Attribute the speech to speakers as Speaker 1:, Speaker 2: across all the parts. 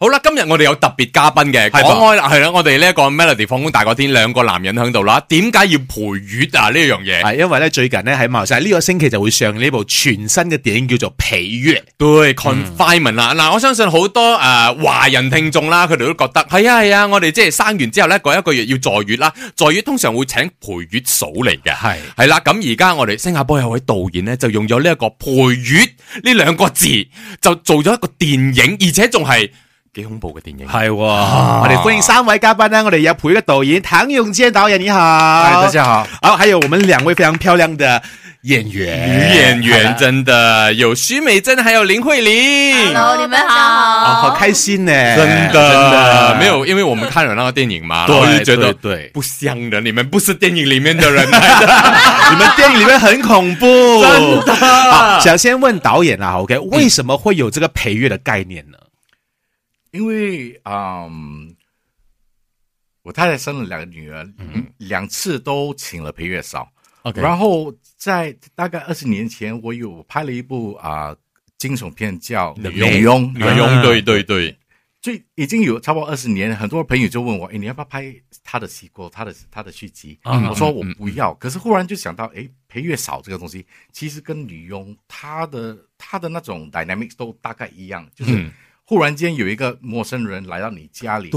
Speaker 1: 好啦，今日我哋有特別嘉賓嘅，
Speaker 2: 係噃
Speaker 1: 講開啦，係啦，我哋呢一個 Melody 放工大過天兩個男人喺度啦，點解要陪月啊呢樣嘢？
Speaker 2: 係因為咧最近咧喺馬來西亞呢個星期就會上呢部全新嘅電影叫做《皮約》。嗯
Speaker 1: 對 confinement 啦，嗱，我相信好多誒華人聽眾啦，佢哋都覺得係啊係啊，我哋即係生完之後咧，嗰一個月要坐月啦，坐月通常會請陪月嫂嚟嘅，
Speaker 2: 係
Speaker 1: 係啦，咁而家我哋新加坡有位導演咧，就用咗呢一個陪月呢兩個字，就做咗一個電影，而且仲係幾恐怖嘅電影。
Speaker 2: 係喎，我哋歡迎三位嘉賓啊呢，我哋有《皮約》導演唐永健導演，你好，
Speaker 3: 大家好，
Speaker 2: 好，还有我们兩位非常漂亮的演
Speaker 1: 女
Speaker 2: 員。
Speaker 1: 演
Speaker 3: 好
Speaker 1: 員
Speaker 3: 的
Speaker 1: 真哎的有徐美珍，還有林慧玲。
Speaker 4: Hello，你们好
Speaker 2: 啊，好開心呢！
Speaker 1: 真的，
Speaker 2: 真的
Speaker 1: 没有，因为我们看了那个电影嘛，
Speaker 2: 对
Speaker 1: 我就觉得
Speaker 2: 对对
Speaker 1: 不像的，你们不是电影里面的人来 的，
Speaker 2: 你们電影里面很恐怖。
Speaker 1: 真的
Speaker 2: 好，想先問導演啦，OK，為什麼會有這個配樂的概念呢？
Speaker 3: 因为嗯，我太太生了两个女儿，两次都请了陪月嫂。
Speaker 1: OK
Speaker 3: 然后在大概二十年前，我有拍了一部啊、惊悚片叫《女佣》，
Speaker 1: 女佣，
Speaker 2: 嗯
Speaker 1: 对对对，
Speaker 3: 就已经有差不多二十年，很多朋友就问我，哎，你要不要拍他的 sequel，他的他的续集？我说我不要，可是忽然就想到，哎，陪月嫂这个东西，其实跟女佣她的她的那种 dynamics 都大概一样，就是忽然间有一个陌生人来到你家里，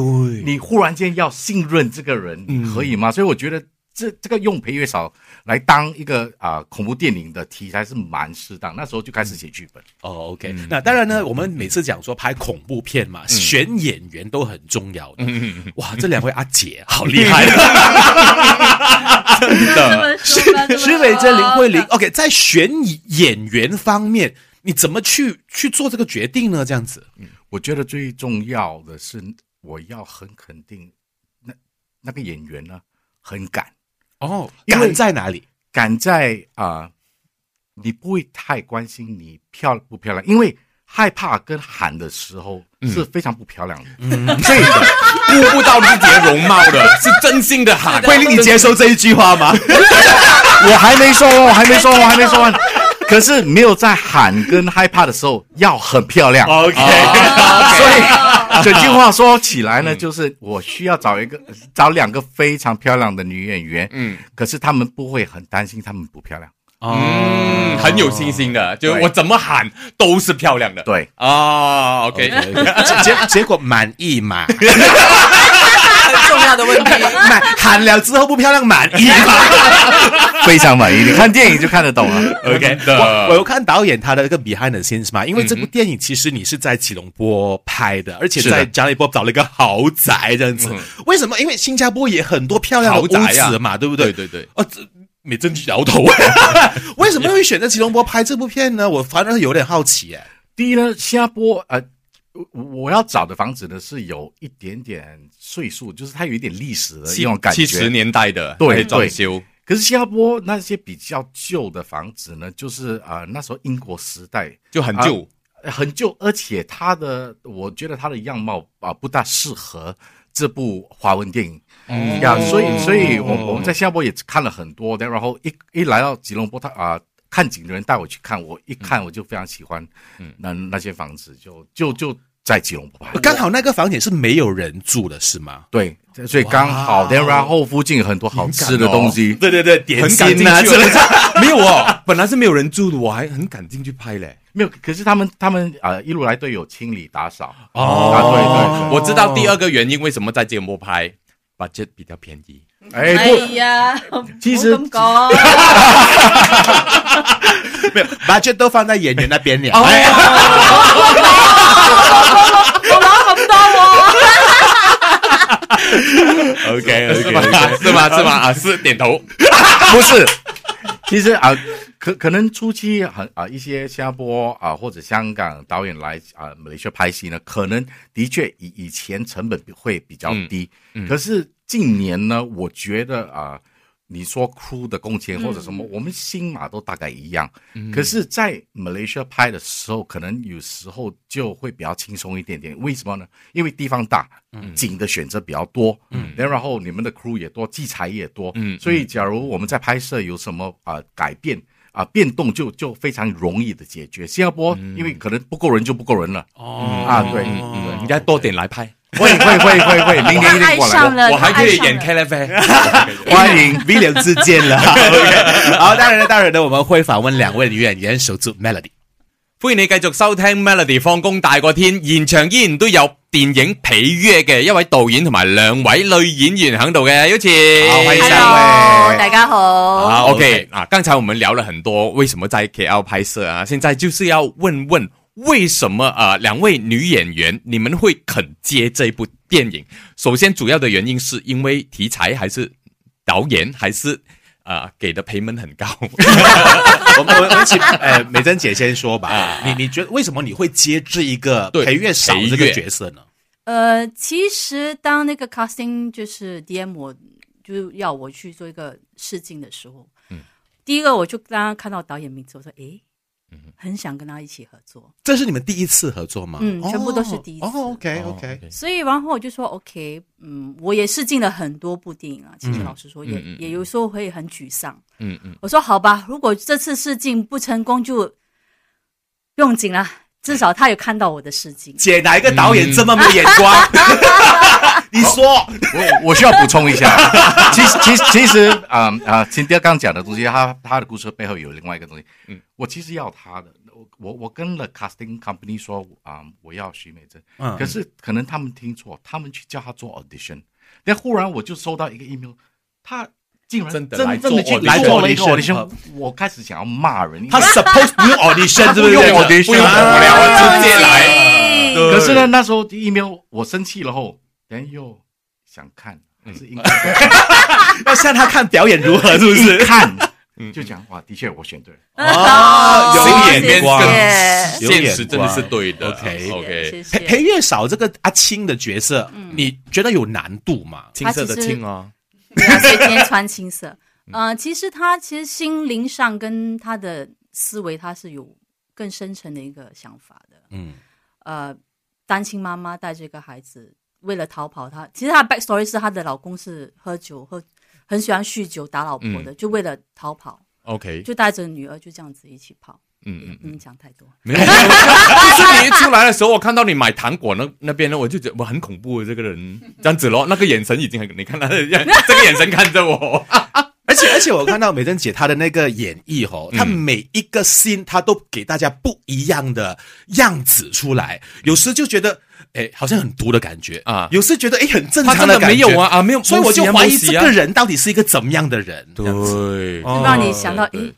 Speaker 3: 你忽然间要信任这个人，可以吗？所以我觉得这这个用陪月嫂来当一个啊、恐怖电影的题材是蛮适当，那时候就开始写剧本。
Speaker 2: 哦，OK，、那当然呢，我们每次讲说拍恐怖片嘛，选演员都很重要的。哇，这两位阿姐好厉 害！
Speaker 4: 的，
Speaker 2: 徐伟珍、林慧玲，OK，在选演员方面，你怎么去去做这个决定呢？这样子，
Speaker 3: 我觉得最重要的是，我要很肯定那那个演员呢，很敢
Speaker 2: 哦，
Speaker 3: 因为
Speaker 2: 敢在哪里？
Speaker 3: 敢在啊、你不会太关心你漂不漂亮，因为害怕跟喊的时候是非常不漂亮的。
Speaker 1: 这个顾不到自己的容貌的，是真心的喊。
Speaker 2: 慧玲，你接受这一句话 吗？
Speaker 3: 我还没说完，哦我还没说完，我还没 说完。可是没有在喊跟害怕的时候要很漂亮。
Speaker 1: 哦
Speaker 2: OK
Speaker 3: 所以整句话说起来
Speaker 1: 嗯
Speaker 3: 呢，就是我需要找一个找两个非常漂亮的女演员，嗯，可是她们不会很担心她们不漂亮，
Speaker 2: 哦
Speaker 1: 嗯，很有信心的，就
Speaker 3: 对
Speaker 1: 我怎么喊都是漂亮的。
Speaker 3: 对
Speaker 1: 啊，OK，
Speaker 2: 结 结结果满意嘛？
Speaker 5: 很重要的问题。
Speaker 2: 满喊了之后不漂亮，满意嘛？
Speaker 3: 非 常满意。你看电影就看得懂啊了。
Speaker 1: OK
Speaker 2: 我我
Speaker 1: 的，
Speaker 2: 有看导演他的那个 behind the scenes 嘛，因为这部电影其实你是在吉隆坡拍的，而且
Speaker 3: 是的
Speaker 2: 在吉隆坡找了一个豪宅这样子。为什么？因为新加坡也很多漂亮的
Speaker 1: 豪宅啊
Speaker 2: 屋子嘛，对不
Speaker 1: 对
Speaker 2: 对？
Speaker 1: 对对，
Speaker 2: 哦，这美珍摇头。 为什么会选择吉隆坡拍这部片呢？我反而有点好奇耶。
Speaker 3: 第一呢，新加坡呃，我我要找的房子呢是有一点点岁数，就是它有一点历史的一种感
Speaker 1: 七
Speaker 3: 觉。
Speaker 1: 十年代的
Speaker 3: 对
Speaker 1: 可以装
Speaker 3: 对
Speaker 1: 修，
Speaker 3: 可是新加坡那些比较旧的房子呢，就是啊、呃那时候英国时代
Speaker 1: 就很旧。
Speaker 3: 呃很旧，而且它的我觉得它的样貌啊、不大适合这部华文电影。呀、所以所以我我们在新加坡也看了很多的，然后一一来到吉隆坡，他啊、看景的人带我去看，我一看我就非常喜欢，那那些房子就就就在吉隆坡拍，
Speaker 2: 啊刚好那个房间是没有人住的，是吗？
Speaker 3: 对，所以刚好的，然后附近有很多好吃的东西，
Speaker 2: 对对对，点
Speaker 1: 很敢进
Speaker 2: 心
Speaker 1: 去
Speaker 2: 啊
Speaker 1: 哦，
Speaker 2: 之类的。
Speaker 1: 没有哦，本来是没有人住的，我还很敢进去拍嘞。
Speaker 3: 没有，可是他们他们啊、一路来都有清理打扫，啊
Speaker 1: 哦，我知道第二个原因为什么在吉隆坡拍，budget 比较便宜。
Speaker 3: 哎
Speaker 4: 哎
Speaker 3: 不，
Speaker 4: 呀，
Speaker 3: 其實
Speaker 4: 唔好咁
Speaker 2: 没有，budget 都放在演员那边了。
Speaker 4: 講，我攞咁多喎，
Speaker 1: OK OK OK，是吗？是吗？啊，是点头。
Speaker 3: 不是， 其实啊、可可能初期很啊、一些新加坡啊、或者香港导演来啊、马来西亚拍戏呢，可能的确以以前成本会比较低，可是近年呢，我觉得啊。你说 crew 的工钱或者什么，我们新马都大概一样。可是，在马来西亚拍的时候，可能有时候就会比较轻松一点点。为什么呢？因为地方大，景的选择比较多，嗯，然后你们的 crew 也多，器材也多，嗯，所以假如我们在拍摄有什么啊、呃改变。啊变动就就非常容易的解决。新加坡因为可能不够人就不够人了，
Speaker 2: 哦
Speaker 3: 啊对
Speaker 1: 嗯嗯，应该多点来拍，
Speaker 3: 会会会会会，明年
Speaker 4: 他
Speaker 3: 一定
Speaker 4: 爱
Speaker 3: 过来
Speaker 4: 上。了，
Speaker 1: 我还
Speaker 4: 他
Speaker 1: 可
Speaker 4: 爱
Speaker 1: 以
Speaker 4: 上
Speaker 1: 演
Speaker 4: 了
Speaker 1: K F A。
Speaker 2: 欢迎 William 自荐了。OK，好， 当然了，当然了，我们会访问两位女演员手足 Melody。
Speaker 1: 欢迎你繼續收聽 Melody 放工大過天，現場依然都有電影《疲約》嘅一位導演同埋兩位女演員喺度嘅，好似
Speaker 2: 好歡迎三位
Speaker 4: Hello，大家好。
Speaker 1: 啊，OK
Speaker 2: OK
Speaker 1: 啊，刚才我们聊了很多为什么在 KL 拍摄啊，现在就是要问问为什么啊、呃两位女演员你们会肯接这部电影？首先主要的原因是因为题材还是导演还是啊、呃给的 payment 很 高？
Speaker 2: 我们我们我们请呃美珍姐先说吧。你你觉得为什么你会接这一个
Speaker 1: 对
Speaker 2: 裴月嫂这
Speaker 1: 裴
Speaker 2: 个
Speaker 1: 月
Speaker 2: 角色呢？
Speaker 4: 呃，其实当那个 casting 就是 DM 我就要我去做一个试镜的时候，嗯，第一个我就当看到导演名字，我说诶，很想跟他一起合作，
Speaker 2: 这是你们第一次合作吗？
Speaker 4: 嗯，全部都是第一次。
Speaker 2: 哦，OK OK，
Speaker 4: 所以，然后我就说，OK，嗯，我也试镜了很多部电影啊。其实老实说也，也、
Speaker 1: 嗯嗯嗯
Speaker 4: 有时候会很沮丧。
Speaker 1: 嗯嗯，
Speaker 4: 我说好吧，如果这次试镜不成功就不用紧了，至少他有看到我的试镜。
Speaker 2: 姐哪一个导演这么没有眼光？ 你说
Speaker 3: 我我需要补充一下， 其实其实其实啊啊，秦迪刚讲的东西，他他的故事背后有另外一个东西。嗯，我其实要他的，我我我跟了 casting company 说啊、我要徐美珍，
Speaker 2: 嗯
Speaker 3: 可是可能他们听错，他们去叫他做 audition，但忽然我就收到一个 email，他竟然
Speaker 1: 真的来
Speaker 3: 真
Speaker 1: 做
Speaker 3: 真的去
Speaker 1: audition
Speaker 3: 做了一个 audition，
Speaker 2: 嗯
Speaker 3: 我开始想要骂人，
Speaker 2: 他 suppose 不用 audition，是不是？
Speaker 3: 用 audition，
Speaker 2: 不用
Speaker 3: 我
Speaker 1: 聊了
Speaker 2: 啊
Speaker 1: 直接来
Speaker 4: 对
Speaker 2: 对
Speaker 3: 可是呢，那时候 email 我生气了后，但又想看，还是应该。
Speaker 2: 要向他看表演如何，是不
Speaker 3: 一
Speaker 2: 是？
Speaker 3: 看就讲哇，的确我选对了。
Speaker 2: 哦
Speaker 1: 啊有
Speaker 4: 嗯谢
Speaker 1: 眼光
Speaker 4: 谢
Speaker 2: 有
Speaker 1: 现
Speaker 2: 眼
Speaker 1: 实真 的是
Speaker 2: 光
Speaker 1: 对的。
Speaker 2: OK
Speaker 1: OK，
Speaker 2: 裴
Speaker 4: 谢谢。
Speaker 2: 裴月嫂这个阿青的角色，你觉得有难度吗？
Speaker 1: 青色的
Speaker 4: 他其实
Speaker 1: 青哦，
Speaker 4: 对啊所以今天穿青色。
Speaker 1: 嗯
Speaker 4: 呃，其实他其实心灵上跟他的思维，他是有更深层的一个想法的。
Speaker 2: 嗯，
Speaker 4: 呃，单亲妈妈带这个孩子，为了逃跑她，其实她的 backstory 是她的老公是喝酒，喝很喜欢酗酒打老婆的，
Speaker 1: 嗯
Speaker 4: 就为了逃跑，
Speaker 1: OK，
Speaker 4: 就带着女儿就这样子一起跑。
Speaker 1: 嗯嗯
Speaker 4: 也不能讲太多。
Speaker 1: 没有，就是你一出来的时候，我看到你买糖果那那边呢，我就觉得我很恐怖的这个人，这样子咯，那个眼神已经很，你看他的这个眼神看着我，
Speaker 2: 而且而且我看到美珍姐她的那个演绎哦，
Speaker 1: 嗯
Speaker 2: 她每一个 scene 她都给大家不一样的样子出来，有时就觉得哎好像很毒的感觉
Speaker 1: 嗯啊
Speaker 2: 有时觉得哎很正
Speaker 1: 他
Speaker 2: 常
Speaker 1: 真的
Speaker 2: 感
Speaker 1: 没
Speaker 2: 觉
Speaker 1: 有啊，啊，没有，
Speaker 2: 所以我就怀疑
Speaker 1: 没洗
Speaker 2: 这
Speaker 1: 啊
Speaker 2: 个，人到底是一个怎么样的人。这样子
Speaker 1: 对，
Speaker 2: 哦
Speaker 4: 就让你想到，
Speaker 1: 对
Speaker 4: 诶，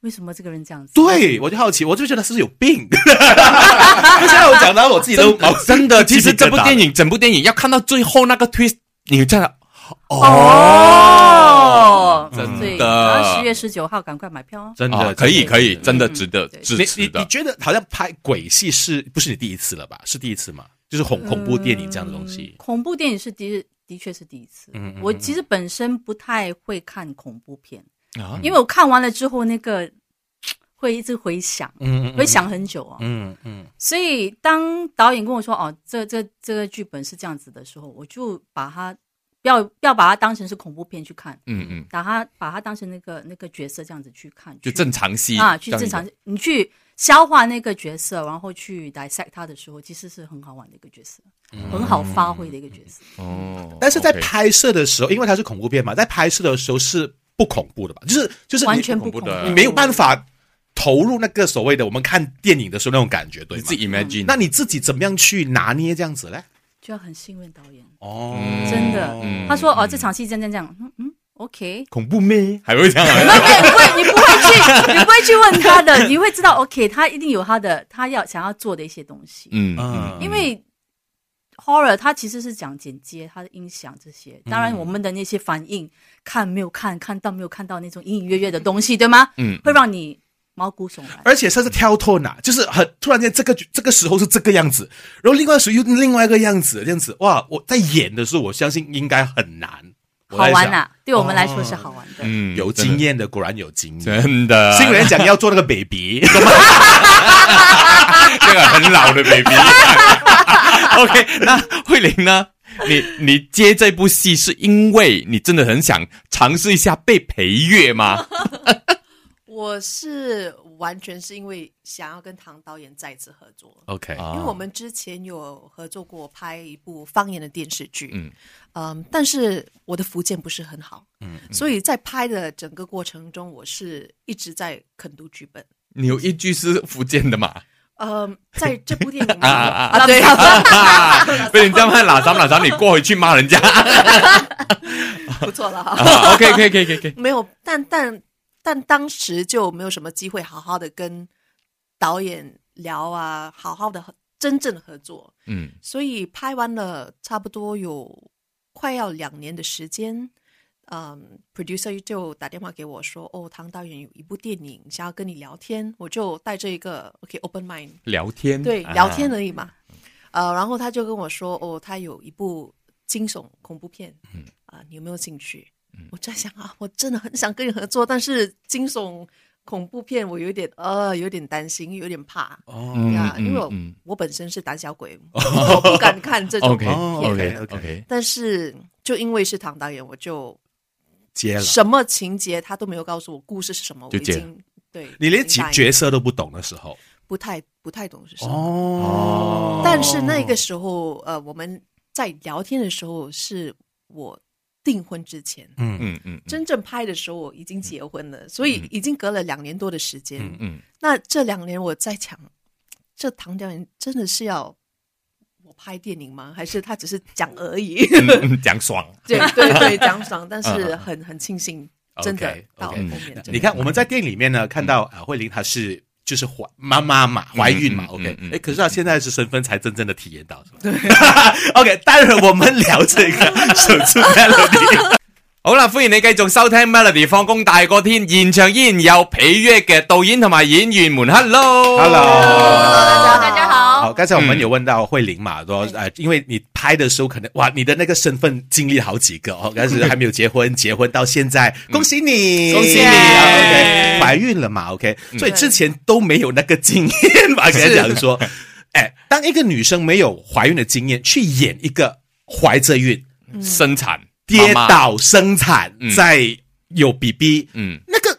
Speaker 4: 为什么这个人这样子？
Speaker 2: 对，我就好奇，我就觉得是不是有 病？现在我讲到我自己都毛
Speaker 1: 真的，呃其实这部电
Speaker 2: 影
Speaker 1: 影整部电影要看到最后那个 twist，你真的
Speaker 4: 哦，
Speaker 1: 真
Speaker 4: 对，
Speaker 1: 的
Speaker 4: 然后十月十九号赶快买票哦。
Speaker 2: 真
Speaker 1: 啊
Speaker 2: 的
Speaker 1: 可以
Speaker 4: 真的
Speaker 1: 可以，
Speaker 4: 嗯
Speaker 1: 真的值得
Speaker 4: 对
Speaker 1: 支
Speaker 2: 你
Speaker 1: 持
Speaker 2: 你你
Speaker 1: 的。
Speaker 2: 觉得好像拍鬼戏是不是你第一次了吧？是第一次吗？就是恐恐怖电影这样的东西
Speaker 4: 嗯。恐怖电影是的的确是第一次。
Speaker 2: 嗯嗯嗯
Speaker 4: 我其实本身不太会看恐怖片，
Speaker 1: 啊
Speaker 4: 因为我看完了之后，那个会一直回想，
Speaker 2: 嗯嗯
Speaker 4: 会想很久啊。
Speaker 2: 嗯嗯
Speaker 4: 所以当导演跟我说：“哦，这这这个剧本是这样子的时候，我就把它不要不要把它当成是恐怖片去看，
Speaker 1: 嗯嗯，
Speaker 4: 把它把它当成那个那个角色这样子去看，
Speaker 1: 就
Speaker 4: 去
Speaker 1: 正常戏
Speaker 4: 啊，去正常，你去消化那个角色，然后去 dissect 他的时候，其实是很好玩的一个角色，很好发挥的一个角色。
Speaker 1: 哦。
Speaker 2: 嗯但是在
Speaker 1: OK
Speaker 2: 拍摄的时候，因为它是恐怖片嘛，在拍摄的时候是不恐怖的吧？就是就是你
Speaker 4: 完全
Speaker 1: 不恐
Speaker 4: 恐
Speaker 1: 怖的
Speaker 4: 怖，
Speaker 2: 你没有办法投入那个所谓的我们看电影的时候那种感觉，对
Speaker 1: 你
Speaker 2: 吗
Speaker 1: 自？己 imagine，
Speaker 2: 那你自己怎么样去拿捏这样子嘞？
Speaker 4: 就要很信任导演，
Speaker 2: 哦
Speaker 1: 嗯
Speaker 4: 真的。
Speaker 1: 嗯
Speaker 4: 他说：“哦，这场戏这样这样这样，嗯嗯，OK。”
Speaker 1: 恐怖咩？还会这样
Speaker 4: 那
Speaker 1: 啊？
Speaker 4: 你不会，你不会去，你不会去问他的，你会知道，OK，他一定有他的，他要想要做的一些东西。
Speaker 1: 嗯
Speaker 6: 啊
Speaker 2: 嗯
Speaker 4: 因为 horror 它其实是讲剪接、它的音响这些，当然我们的那些反应，看没有看，看到没有看到那种隐隐约约的东西，对吗？
Speaker 1: 嗯
Speaker 4: 会让你毛骨悚然。
Speaker 2: 而且它是跳脱呐，就是很突然间，这个这个时候是这个样子，然后另外时候又另外一个样子，这样子哇！我在演的时候，我相信应该很难，我
Speaker 4: 好
Speaker 2: 在
Speaker 4: 玩啊
Speaker 2: 想
Speaker 4: 呐、对我们来说是好玩的。
Speaker 1: 嗯
Speaker 2: 有经，验的果然有经验。
Speaker 1: 真的，
Speaker 2: 新人讲要做那个 baby，
Speaker 1: 这个很老的 baby。OK，那慧玲呢？你你接这部戏是因为你真的很想尝试一下被培育吗？
Speaker 6: 我是完全是因为想要跟唐导演再次合作，
Speaker 2: OK，
Speaker 1: 啊
Speaker 6: 因为我们之前有合作过拍一部方言的电视剧，
Speaker 1: 嗯
Speaker 6: 嗯但是我的福建不是很好，嗯，所以在拍的整个过程中，我是一直在啃读剧本。
Speaker 1: 你有一句是福建的嘛？
Speaker 6: 嗯，在这部电影里面
Speaker 1: 啊啊啊
Speaker 6: 啊， 对
Speaker 1: 啊，被你这样骂哪张哪张，你过回去骂 人家。
Speaker 6: 不错了哈。
Speaker 1: 啊 OK，可以，可以，可以，可以。
Speaker 6: 没有，但但但当时就没有什么机会好好的跟导演聊啊，好好的真正的合作。
Speaker 1: 嗯
Speaker 6: 所以拍完了差不多有快要两年的时间，嗯，producer 就打电话给我说，哦，唐导演有一部电影想要跟你聊天，我就带着一个 OK open mind
Speaker 1: 聊天啊
Speaker 6: 对聊天而已嘛，呃，然后他就跟我说，哦，他有一部惊悚恐怖片，嗯啊、你有没有兴趣？
Speaker 1: 嗯
Speaker 6: 我在想啊，我真的很想跟你合作，但是惊悚恐怖片我有点呃有点担心，有点怕。
Speaker 2: 哦
Speaker 1: 嗯
Speaker 6: 呀，啊因为我、
Speaker 1: 嗯
Speaker 6: 我本身是胆小鬼， 我不敢看这种
Speaker 1: OK
Speaker 6: 片。
Speaker 1: OK
Speaker 2: 哦
Speaker 1: OK，
Speaker 2: ，OK，OK
Speaker 6: 但是就因为是唐导演，我就
Speaker 2: 接了。
Speaker 6: 什么情节他都没有告诉我，故事是什么，我
Speaker 1: 就
Speaker 6: 已
Speaker 1: 接了
Speaker 6: 经对
Speaker 2: 你连
Speaker 6: 明
Speaker 2: 角
Speaker 6: 白
Speaker 2: 角色都不懂的时候，
Speaker 6: 不太不太懂是什么。
Speaker 2: 哦
Speaker 6: 但是那个时候，呃，我们在聊天的时候是我订婚之前，
Speaker 2: 嗯
Speaker 1: 嗯嗯
Speaker 6: 真正拍的时候我已经结婚了，所以已经隔了两年多的时间。
Speaker 2: 嗯
Speaker 1: 嗯，
Speaker 6: 那这两年我在想，这唐导演真的是要我拍电影吗？还是他只是讲而已？
Speaker 1: 嗯 嗯，讲爽。
Speaker 6: 对对对，讲爽，但
Speaker 2: 嗯
Speaker 6: 是很很庆幸，真的
Speaker 2: OK，OK
Speaker 6: 到后面真的
Speaker 2: 嗯你看我们在电影里面呢，看到啊，慧玲她是就是怀妈妈嘛，怀孕嘛
Speaker 1: 嗯嗯嗯
Speaker 2: ，OK，
Speaker 1: 嗯嗯
Speaker 2: 哎，可是她现在是身份才真正的体验到，是吧？对 ，OK，待会儿我们聊这个 手术 melody。
Speaker 1: 好啦，欢迎你继续收听 Melody 放工大过天，现场依然有皮约嘅導演同埋演員們，Hello。
Speaker 2: Hello，
Speaker 4: 大家好，
Speaker 1: 哦
Speaker 2: 好，刚才我们有问到慧玲嘛，说
Speaker 1: 嗯
Speaker 2: 呃，因为你拍的时候可能哇，你的那个身份经历了好几个哦， 但是还没有结婚，结婚到现在，恭喜你，
Speaker 1: 嗯恭喜你嗯
Speaker 2: ，OK，怀孕了嘛，OK，所以之前都没有那个经验 嘛，跟他讲说，哎，当一个女生没有怀孕的经验去演一个怀着孕、
Speaker 1: 生產
Speaker 2: 跌
Speaker 1: 媽媽
Speaker 2: 倒、生产
Speaker 1: 嗯，
Speaker 2: 在有 BB，
Speaker 1: 嗯
Speaker 2: 那个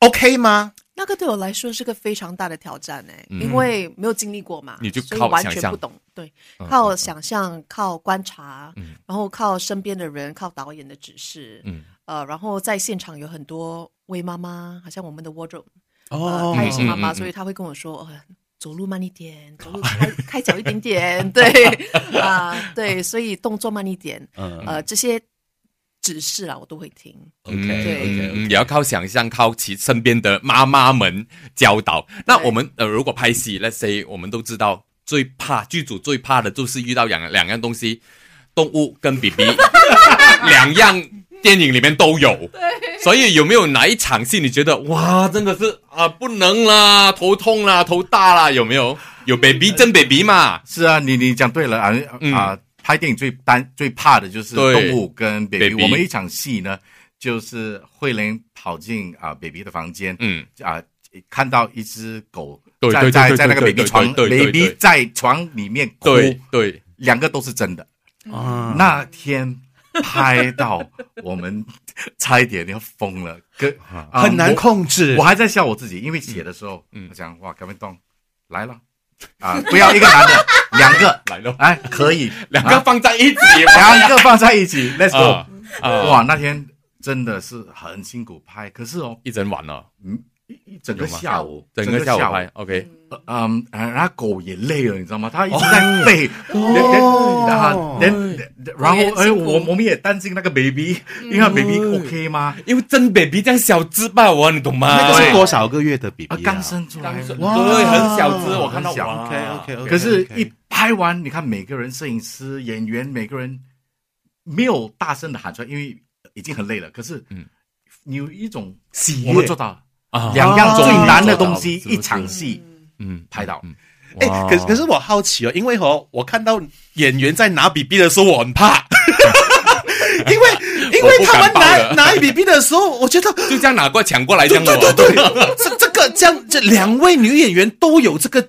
Speaker 2: OK 吗？
Speaker 6: 那个对我来说是个非常大的挑战哎、因为没有经历过嘛，
Speaker 1: 嗯你就
Speaker 6: 所以
Speaker 1: 靠
Speaker 6: 完
Speaker 1: 想
Speaker 6: 全
Speaker 1: 象嗯
Speaker 6: 不懂，对，靠想象，靠观察，然后靠身边的人，靠导演的指示，
Speaker 1: 嗯
Speaker 6: 呃，然后在现场有很多为妈妈，好像我们的 wardrobe，
Speaker 2: 哦
Speaker 6: 呃，她也是妈
Speaker 1: 嗯嗯
Speaker 6: 妈，
Speaker 1: 嗯
Speaker 6: 所以她会跟我说。哦走路慢一点，走路开 开脚一点点，对啊、对，所以动作慢一点，
Speaker 2: 嗯
Speaker 6: 呃，这些指示啊，我都会听。
Speaker 1: 嗯嗯
Speaker 2: ，OK，OK，OK，
Speaker 1: 也要靠想象，靠其身边的妈妈们教导。那
Speaker 6: 对
Speaker 1: 我们呃，如果拍戏，let's say，我们都知道最怕剧组最怕的就是遇到两两样东西，动物跟 BB，两样电影里面都有。所以有没有哪一场戏你觉得哇，真的是啊不能啦，头痛啦，头大啦，有没有？有 baby 真 baby 嘛
Speaker 3: 是啊，你你讲对了啊
Speaker 1: 嗯
Speaker 3: 啊！拍电影最担最怕的就是
Speaker 1: 对
Speaker 3: 动物跟 baby。
Speaker 1: baby
Speaker 3: 我们一场戏呢，就是慧玲跑进啊 baby 的房间，
Speaker 1: 嗯
Speaker 3: 啊，看到一只狗
Speaker 1: 对
Speaker 3: 在
Speaker 1: 对对
Speaker 3: 在
Speaker 1: 对
Speaker 3: 在那个
Speaker 1: 对
Speaker 3: baby
Speaker 1: 对
Speaker 3: 床
Speaker 1: 对对对对
Speaker 3: ，baby 在床里面哭，
Speaker 1: 对嗯对，
Speaker 3: 两个都是真的。
Speaker 2: 啊
Speaker 3: 那天拍到我们差一点要疯了， 跟啊
Speaker 2: 很难
Speaker 3: 我
Speaker 2: 控制
Speaker 3: 我。还在笑我自己，因为写的时候，
Speaker 1: 嗯
Speaker 3: 我讲哇，改变动来了啊，不要一个男的，两 个
Speaker 1: 来咯
Speaker 3: 哎，可 以
Speaker 1: 两个
Speaker 3: 啊
Speaker 1: 放在一起。
Speaker 3: 两个放在一起，Let's
Speaker 1: 啊
Speaker 3: go！哇，那天真的是很辛苦拍，可是哦，
Speaker 1: 一整晚啊了，
Speaker 3: 嗯，一一啊整个
Speaker 1: 有吗
Speaker 3: 下午，
Speaker 1: 整个下午拍，OK。
Speaker 3: 呃嗯，然后狗也累了，你知道吗？它一直在
Speaker 1: 哦
Speaker 3: 吠，然然然后哎，我我们也担心那个 baby，因为 baby OK 吗？
Speaker 1: 因为真 baby 这样小只吧，我你懂吗？
Speaker 2: 那个是
Speaker 3: 对
Speaker 2: 多少个月的 BB？
Speaker 3: 啊
Speaker 2: 啊，
Speaker 1: 嗯
Speaker 3: 刚生出来，
Speaker 1: 哇，对，很小只，我看到
Speaker 3: 很小
Speaker 1: 哇
Speaker 2: OK，OK，OK
Speaker 3: 可是，一拍完，你看每个人，摄影师、演员，每个人没有大声的喊出来，因为已经很累了。可是，嗯，你有一种
Speaker 2: 喜
Speaker 3: 我们做到了
Speaker 1: 啊
Speaker 3: 两样最难
Speaker 1: 终于做
Speaker 3: 的
Speaker 1: 到
Speaker 3: 东
Speaker 1: 了
Speaker 3: 西，
Speaker 1: 是不是
Speaker 3: 一场戏
Speaker 1: 嗯，
Speaker 3: 拍到。
Speaker 2: 哎、
Speaker 1: 哇
Speaker 2: 可是可是我好奇哦，因为哦，我看到演员在拿 BB 的时候，我 很怕，因为因为他
Speaker 1: 我
Speaker 2: 们
Speaker 1: 不敢抱
Speaker 2: 拿
Speaker 1: 了
Speaker 2: 拿 BB 的时候，我觉得
Speaker 1: 就这样拿过来抢过来这
Speaker 2: 对
Speaker 1: 样的
Speaker 2: 对
Speaker 1: 哦，
Speaker 2: 对对，这这个这样，这两位女演员都有这个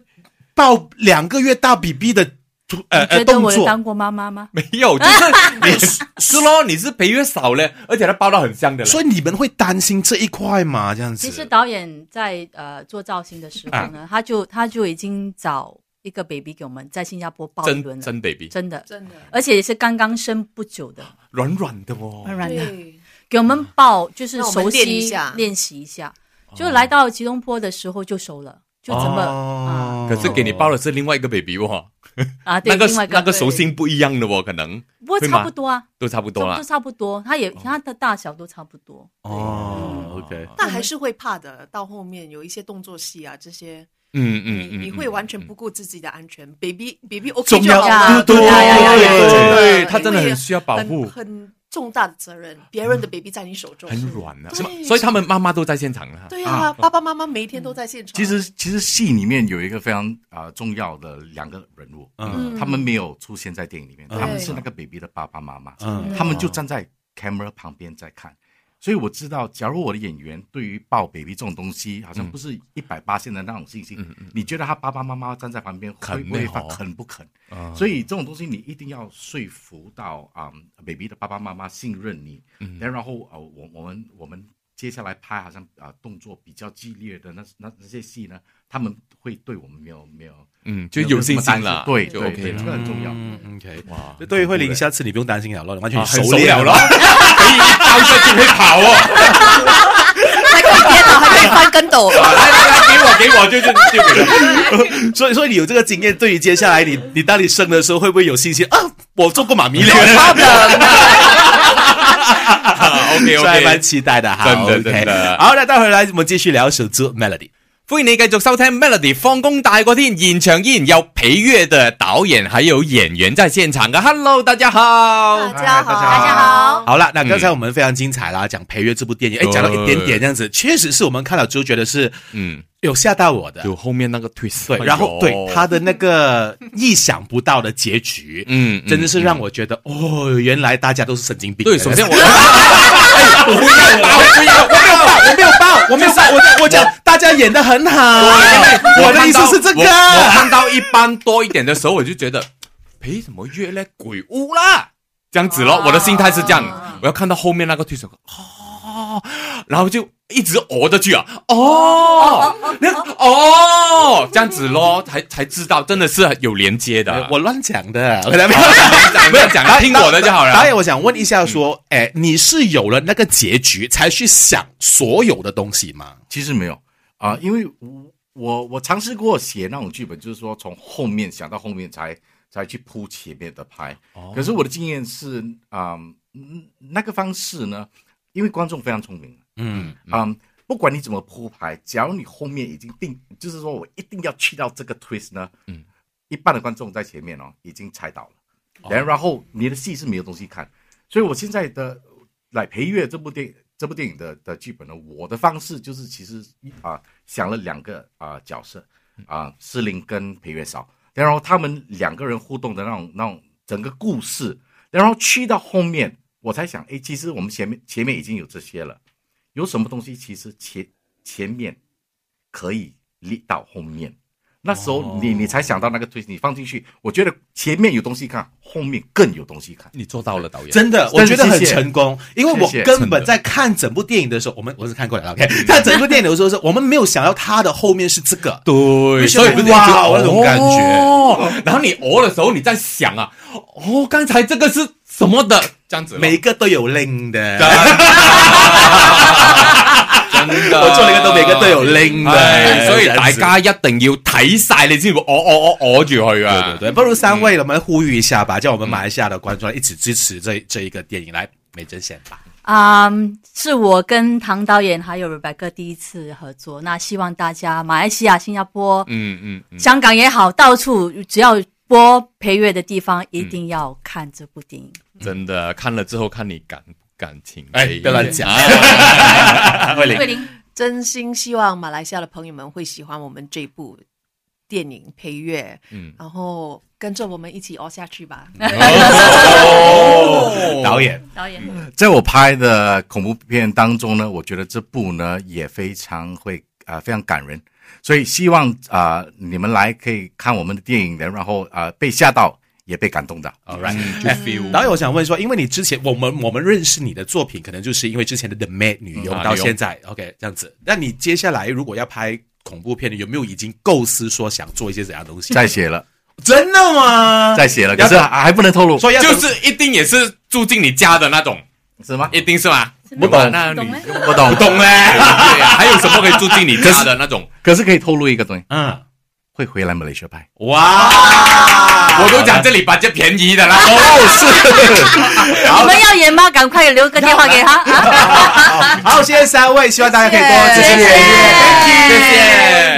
Speaker 2: 抱两个月大 BB 的突呃
Speaker 4: 你
Speaker 2: 呃
Speaker 4: 觉得
Speaker 2: 动
Speaker 4: 我有
Speaker 2: 作
Speaker 4: 当。过妈妈吗？
Speaker 1: 没有，就是你是是咯，你是陪月嫂嘞，而且她包到很香的嘞。
Speaker 2: 所以你们会担心这一块吗？这样子，
Speaker 4: 其实导演在呃做造型的时候呢，他就他就已经找一个 baby 给我们在新加坡抱一轮
Speaker 1: 真真
Speaker 4: 了，
Speaker 1: baby，
Speaker 4: 真的，
Speaker 6: 真的
Speaker 4: 而且也是刚刚生不久的，
Speaker 1: 软软的哦，
Speaker 4: 软软
Speaker 6: 哎
Speaker 4: 的，
Speaker 6: 对，
Speaker 4: 给我们抱就是
Speaker 6: 让我们
Speaker 4: 熟悉
Speaker 6: 练一下
Speaker 4: 练习一下，
Speaker 1: 哦
Speaker 4: 就来到吉隆坡的时候就熟了，就怎么、啊
Speaker 2: 哦
Speaker 1: 可是给你包的是另外一个 baby 哦，
Speaker 4: 啊啊对，
Speaker 1: 那个
Speaker 4: 另外一
Speaker 1: 那个
Speaker 4: 对
Speaker 1: 手心不一样的哦，可能
Speaker 4: 不过
Speaker 1: 会
Speaker 4: 差
Speaker 1: 吗
Speaker 4: 不多啊，
Speaker 1: 都差不多哦
Speaker 4: 都
Speaker 1: 啦
Speaker 4: 都。差不多，它也它的大小都差不多，
Speaker 2: 哦
Speaker 3: ，OK，
Speaker 1: 嗯
Speaker 6: 但还是会怕的。到后面有一些动作戏啊，这些
Speaker 1: 嗯
Speaker 6: 你
Speaker 1: 嗯嗯，
Speaker 6: 你会
Speaker 1: 嗯
Speaker 6: 完全不顾自己的安全，baby baby OK
Speaker 2: 重
Speaker 6: 就好
Speaker 4: 要
Speaker 6: 了，
Speaker 4: 对对
Speaker 6: 呀呀呀
Speaker 1: 对
Speaker 6: 呀
Speaker 1: 对
Speaker 6: 呀
Speaker 1: 他真的
Speaker 6: 因为
Speaker 1: 很需要保护
Speaker 6: 很很重大的责任，别人的 baby 在你手中，
Speaker 1: 很软啊，
Speaker 6: 对
Speaker 1: 是吗？所以他们妈妈都在现场了。
Speaker 6: 对啊，爸爸妈妈每一
Speaker 1: 嗯
Speaker 6: 天都在现场。
Speaker 3: 其实其实戏里面有一个非常啊、呃重要的两个人物，
Speaker 2: 嗯
Speaker 3: 他们没有出现在电影里面，
Speaker 2: 嗯
Speaker 3: 他们是那个 baby 的爸爸妈妈，
Speaker 2: 嗯
Speaker 3: 他们就站在 camera 旁边在看。所以我知道，假如我的演员对于抱 baby 这种东西，
Speaker 1: 嗯
Speaker 3: 好像不是一百八线的那种信心，你觉得他爸爸妈妈站在旁边
Speaker 1: 肯
Speaker 3: 会不会
Speaker 1: 呢
Speaker 3: 发
Speaker 1: 哦嗯
Speaker 3: 肯不肯？所以这种东西你一定要说服到啊、baby 的爸爸妈妈信任你，
Speaker 1: 嗯
Speaker 3: 然后呃，我我们我们接下来拍好像啊、动作比较激烈的那那那些戏呢，他们会对我们没有没有
Speaker 1: 嗯，就有信心了，
Speaker 3: 对
Speaker 1: 就
Speaker 3: 对
Speaker 1: OK
Speaker 3: 对这
Speaker 1: 了。
Speaker 3: 个很重要。
Speaker 2: 嗯，OK，哇
Speaker 1: 哇，
Speaker 2: 对于慧玲，下次你不用担心了咯，你完全
Speaker 1: 啊很
Speaker 2: 练
Speaker 1: 熟了咯，可以一刀下去会跑哦。
Speaker 6: 还可以跌倒，还可以翻跟斗。
Speaker 1: 来来来，给我给我，就就就给了。
Speaker 2: 所以，所以你有这个经验，对于接下来你你当你生的时候，会不会有信心啊？我做过妈 咪了，
Speaker 1: OK
Speaker 2: 所以还蛮
Speaker 1: OK，
Speaker 2: 期待的哈。
Speaker 1: 真的
Speaker 2: OK
Speaker 1: 真的
Speaker 2: 好，那待会儿来我们继续聊首支 Melody。
Speaker 1: 欢迎你继续收听 Melody 放工大过天，现场依然有裴越的导演还有演员在现场的。Hello，大家好。
Speaker 6: 家好，
Speaker 3: 大家
Speaker 4: 好
Speaker 2: 好
Speaker 1: 嗯
Speaker 2: 了，那刚才我们非常精彩啦，讲《裴月》这部电影，哎，
Speaker 1: 哦
Speaker 2: 讲到一点点这样子，确实是我们看了之后觉得是
Speaker 1: 嗯，
Speaker 2: 有吓到我的。
Speaker 1: 就后面那个 twist，
Speaker 2: 对，
Speaker 1: 哎呦
Speaker 2: 然后对他的那个意想不到的结局，
Speaker 1: 嗯嗯
Speaker 2: 真的是让我觉得哦，原来大家都是神经病。
Speaker 1: 对，首 先我哎
Speaker 2: 不要打，我不要，我没有爆，我没有爆，我没有爆，我在我讲大家演的很好，啊我的
Speaker 1: 看
Speaker 2: 意思
Speaker 1: 到
Speaker 2: 是这
Speaker 1: 我
Speaker 2: 个。
Speaker 1: 我看到一般多一点的时候，我就觉得，凭什么越嘞鬼屋啦？这样子
Speaker 2: 啊
Speaker 1: 咯，我的心态是这样，我要看到后面那个推手，哦，然后就一直哦着去啊，哦，那哦，这样子咯，才才知道真的是有连接的。
Speaker 2: 哎我 乱讲的，我来
Speaker 1: 不要讲，听我的就好了。
Speaker 2: 导演，哎我想问一下，说，哎，你是有了那个结局才去想所有的东西吗？
Speaker 3: 其实没有啊、因为我我我尝试过写那种剧本，就是说从后面想到后面才才去铺前面的拍。可是我的经验是啊、嗯，那个方式呢，因为观众非常聪明，
Speaker 2: 嗯，
Speaker 3: 嗯，不管你怎么铺排，假如你后面已经定，就是说我一定要去到这个 twist 呢，嗯，一半的观众在前面哦已经猜到了，然然后你的戏是没有东西看，所以我现在的来培育这部电影。这部电影的的剧本呢，我的方式就是其实啊、想了两个啊、角色啊、诗林跟裴月嫂，然后他们两个人互动的那种那种整个故事，然后去到后面我才想，哎，其实我们前面前面已经有这些了，有什么东西其实前前面可以立到后面，那时候你、你才想到那个推，你放进去，我觉得前面有东西看，后面更有东西看。
Speaker 1: 你做到了，导演。
Speaker 2: 真的，我
Speaker 3: 但
Speaker 2: 觉
Speaker 3: 是
Speaker 2: 得很
Speaker 3: 谢谢
Speaker 2: 成功，因为我
Speaker 3: 谢谢
Speaker 2: 根本在看整部电影的时候，我们我是看过来了，OK，看整部电影的时候是，我们没有 想到它的后面是这个，
Speaker 1: 对，所以
Speaker 2: 哇那种感觉
Speaker 1: 觉。然后你哦的时候，你在想啊，哦，刚才这个是什么的？这样子咯，
Speaker 2: 每个都有令的，
Speaker 1: 真的，
Speaker 2: 我做了一个都每个都有令的，哎
Speaker 1: 唉所以
Speaker 2: 这样
Speaker 1: 大
Speaker 2: 子
Speaker 1: 家一定要睇晒，你先会哦哦哦哦住佢
Speaker 2: 对
Speaker 1: 啊
Speaker 2: 对。嗯对，不如三位，我们呼吁一下吧，叫我们马来西亚的观众一起支持这这一个电影。来，美珍先吧。
Speaker 4: 啊、是我跟唐导演还有 Rebecca 第一次合作，那希望大家马来西亚、新加坡、
Speaker 1: 嗯嗯嗯，
Speaker 4: 香港也好，到处只要播配乐的地方，一定要看这部电影。
Speaker 1: 真的看了之后看你感感情，
Speaker 2: 哎，不要乱讲。慧
Speaker 1: 嗯
Speaker 2: 玲，
Speaker 4: 桂林，
Speaker 6: 真心希望马来西亚的朋友们会喜欢我们这部电影配乐，
Speaker 1: 嗯
Speaker 6: 然后跟着我们一起熬下去吧。
Speaker 1: 哦
Speaker 2: 导演，
Speaker 4: 导演，
Speaker 3: 呃
Speaker 1: 嗯
Speaker 3: 在我拍的恐怖片当中呢，我觉得这部呢也非常会啊、非常感呃人，所以希望啊、你们来可以看我们的电影的，然后啊、被吓到也被感 动到。
Speaker 2: All right，
Speaker 1: 就 feel
Speaker 2: 哎导演，我想问说，因为你之前我们我们认识你的作品，可能就是因为之前的《The Mad 女佣
Speaker 1: 嗯》
Speaker 2: 到现在、OK 这样子。那你接下来如果要拍恐怖片，有没有已经构思说想做一些怎样的东西？
Speaker 3: 再写了，
Speaker 2: 真的吗？
Speaker 3: 再 写了，可
Speaker 2: 要
Speaker 3: 是
Speaker 2: 等
Speaker 3: 还还不能透露，
Speaker 2: 所以要等
Speaker 1: 就是一定也是住进你家的那种，
Speaker 2: 哦
Speaker 3: 是吗？
Speaker 1: 一定是吗？
Speaker 4: 不
Speaker 1: 懂那
Speaker 4: 那懂
Speaker 1: 你
Speaker 4: 吗？
Speaker 3: 不懂，
Speaker 1: 不懂嘞，对呀 还有什么可以住进你家的那种？
Speaker 3: 可是可以透露一个东西，
Speaker 2: 嗯，
Speaker 3: 会回来马来西亚拍。
Speaker 2: 哇，啊
Speaker 1: 我都讲这里把这便宜的啦，
Speaker 3: 哦，是，
Speaker 4: 你们要演吗？赶快留个电话给他 啊！
Speaker 2: 好，谢谢三位，希望大家可以多支持
Speaker 4: 谢谢
Speaker 2: 我们
Speaker 4: 谢谢
Speaker 2: 谢谢。